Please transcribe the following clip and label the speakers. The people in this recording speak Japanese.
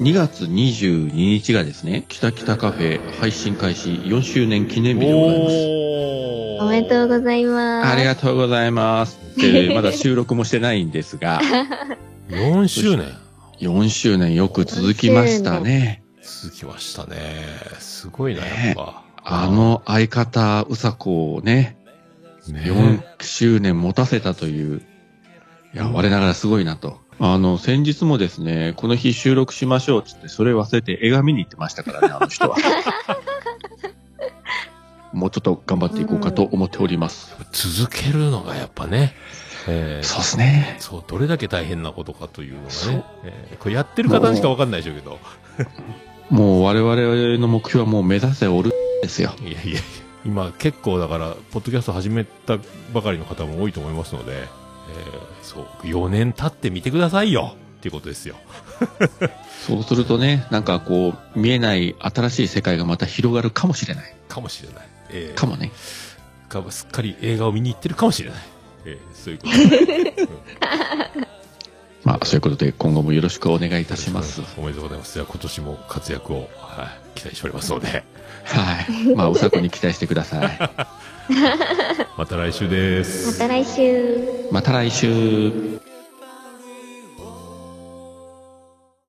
Speaker 1: 2月22日がですね、北北カフェ配信開始4周年記 念日でございます。
Speaker 2: おー
Speaker 3: おめでとうございます。
Speaker 1: ありがとうございます。で、まだ収録もしてないんですが、
Speaker 2: 4周年。
Speaker 1: 4周年よく続きましたね。
Speaker 2: 続きましたね。すごいな、やっぱ。
Speaker 1: あの相方、うさこをね、
Speaker 2: ね、
Speaker 1: 4周年持たせたという、いや、我ながらすごいなと。あの、先日もですね、この日収録しましょうっつって、それ忘れて映画見に行ってましたからね、あの 人は。もうちょっと頑張っていこうかと思っております。
Speaker 2: 続けるのがやっぱね。えー
Speaker 1: そうですね。
Speaker 2: そう、どれだけ大変なことかというのが
Speaker 1: そう
Speaker 2: ね。えーこれやってる方にしかわかんないでしょうけど。
Speaker 1: もう我々の目標はもう目指せおるですよ。
Speaker 2: いやいやいや、今結構だから、ポッドキャスト始めたばかりの方も多いと思いますので、えーそう、4年経ってみてくださいよっていうことですよ。
Speaker 1: そうするとね、なんかこう、見えない新しい世界がまた広がるかもしれない。
Speaker 2: かもしれない。えー
Speaker 1: かもね。
Speaker 2: かすっかり映画を見に行ってるかもしれない。えーそういうことでうん
Speaker 1: まあ、そういうことで今後もよろしくお願いいたします。は
Speaker 2: おめでとうございます。じゃあ今年も活躍を、はい、期待しております ので、
Speaker 1: い。まあ、うさこに期待してください。
Speaker 2: また来週です。
Speaker 3: また来週。
Speaker 1: また来週。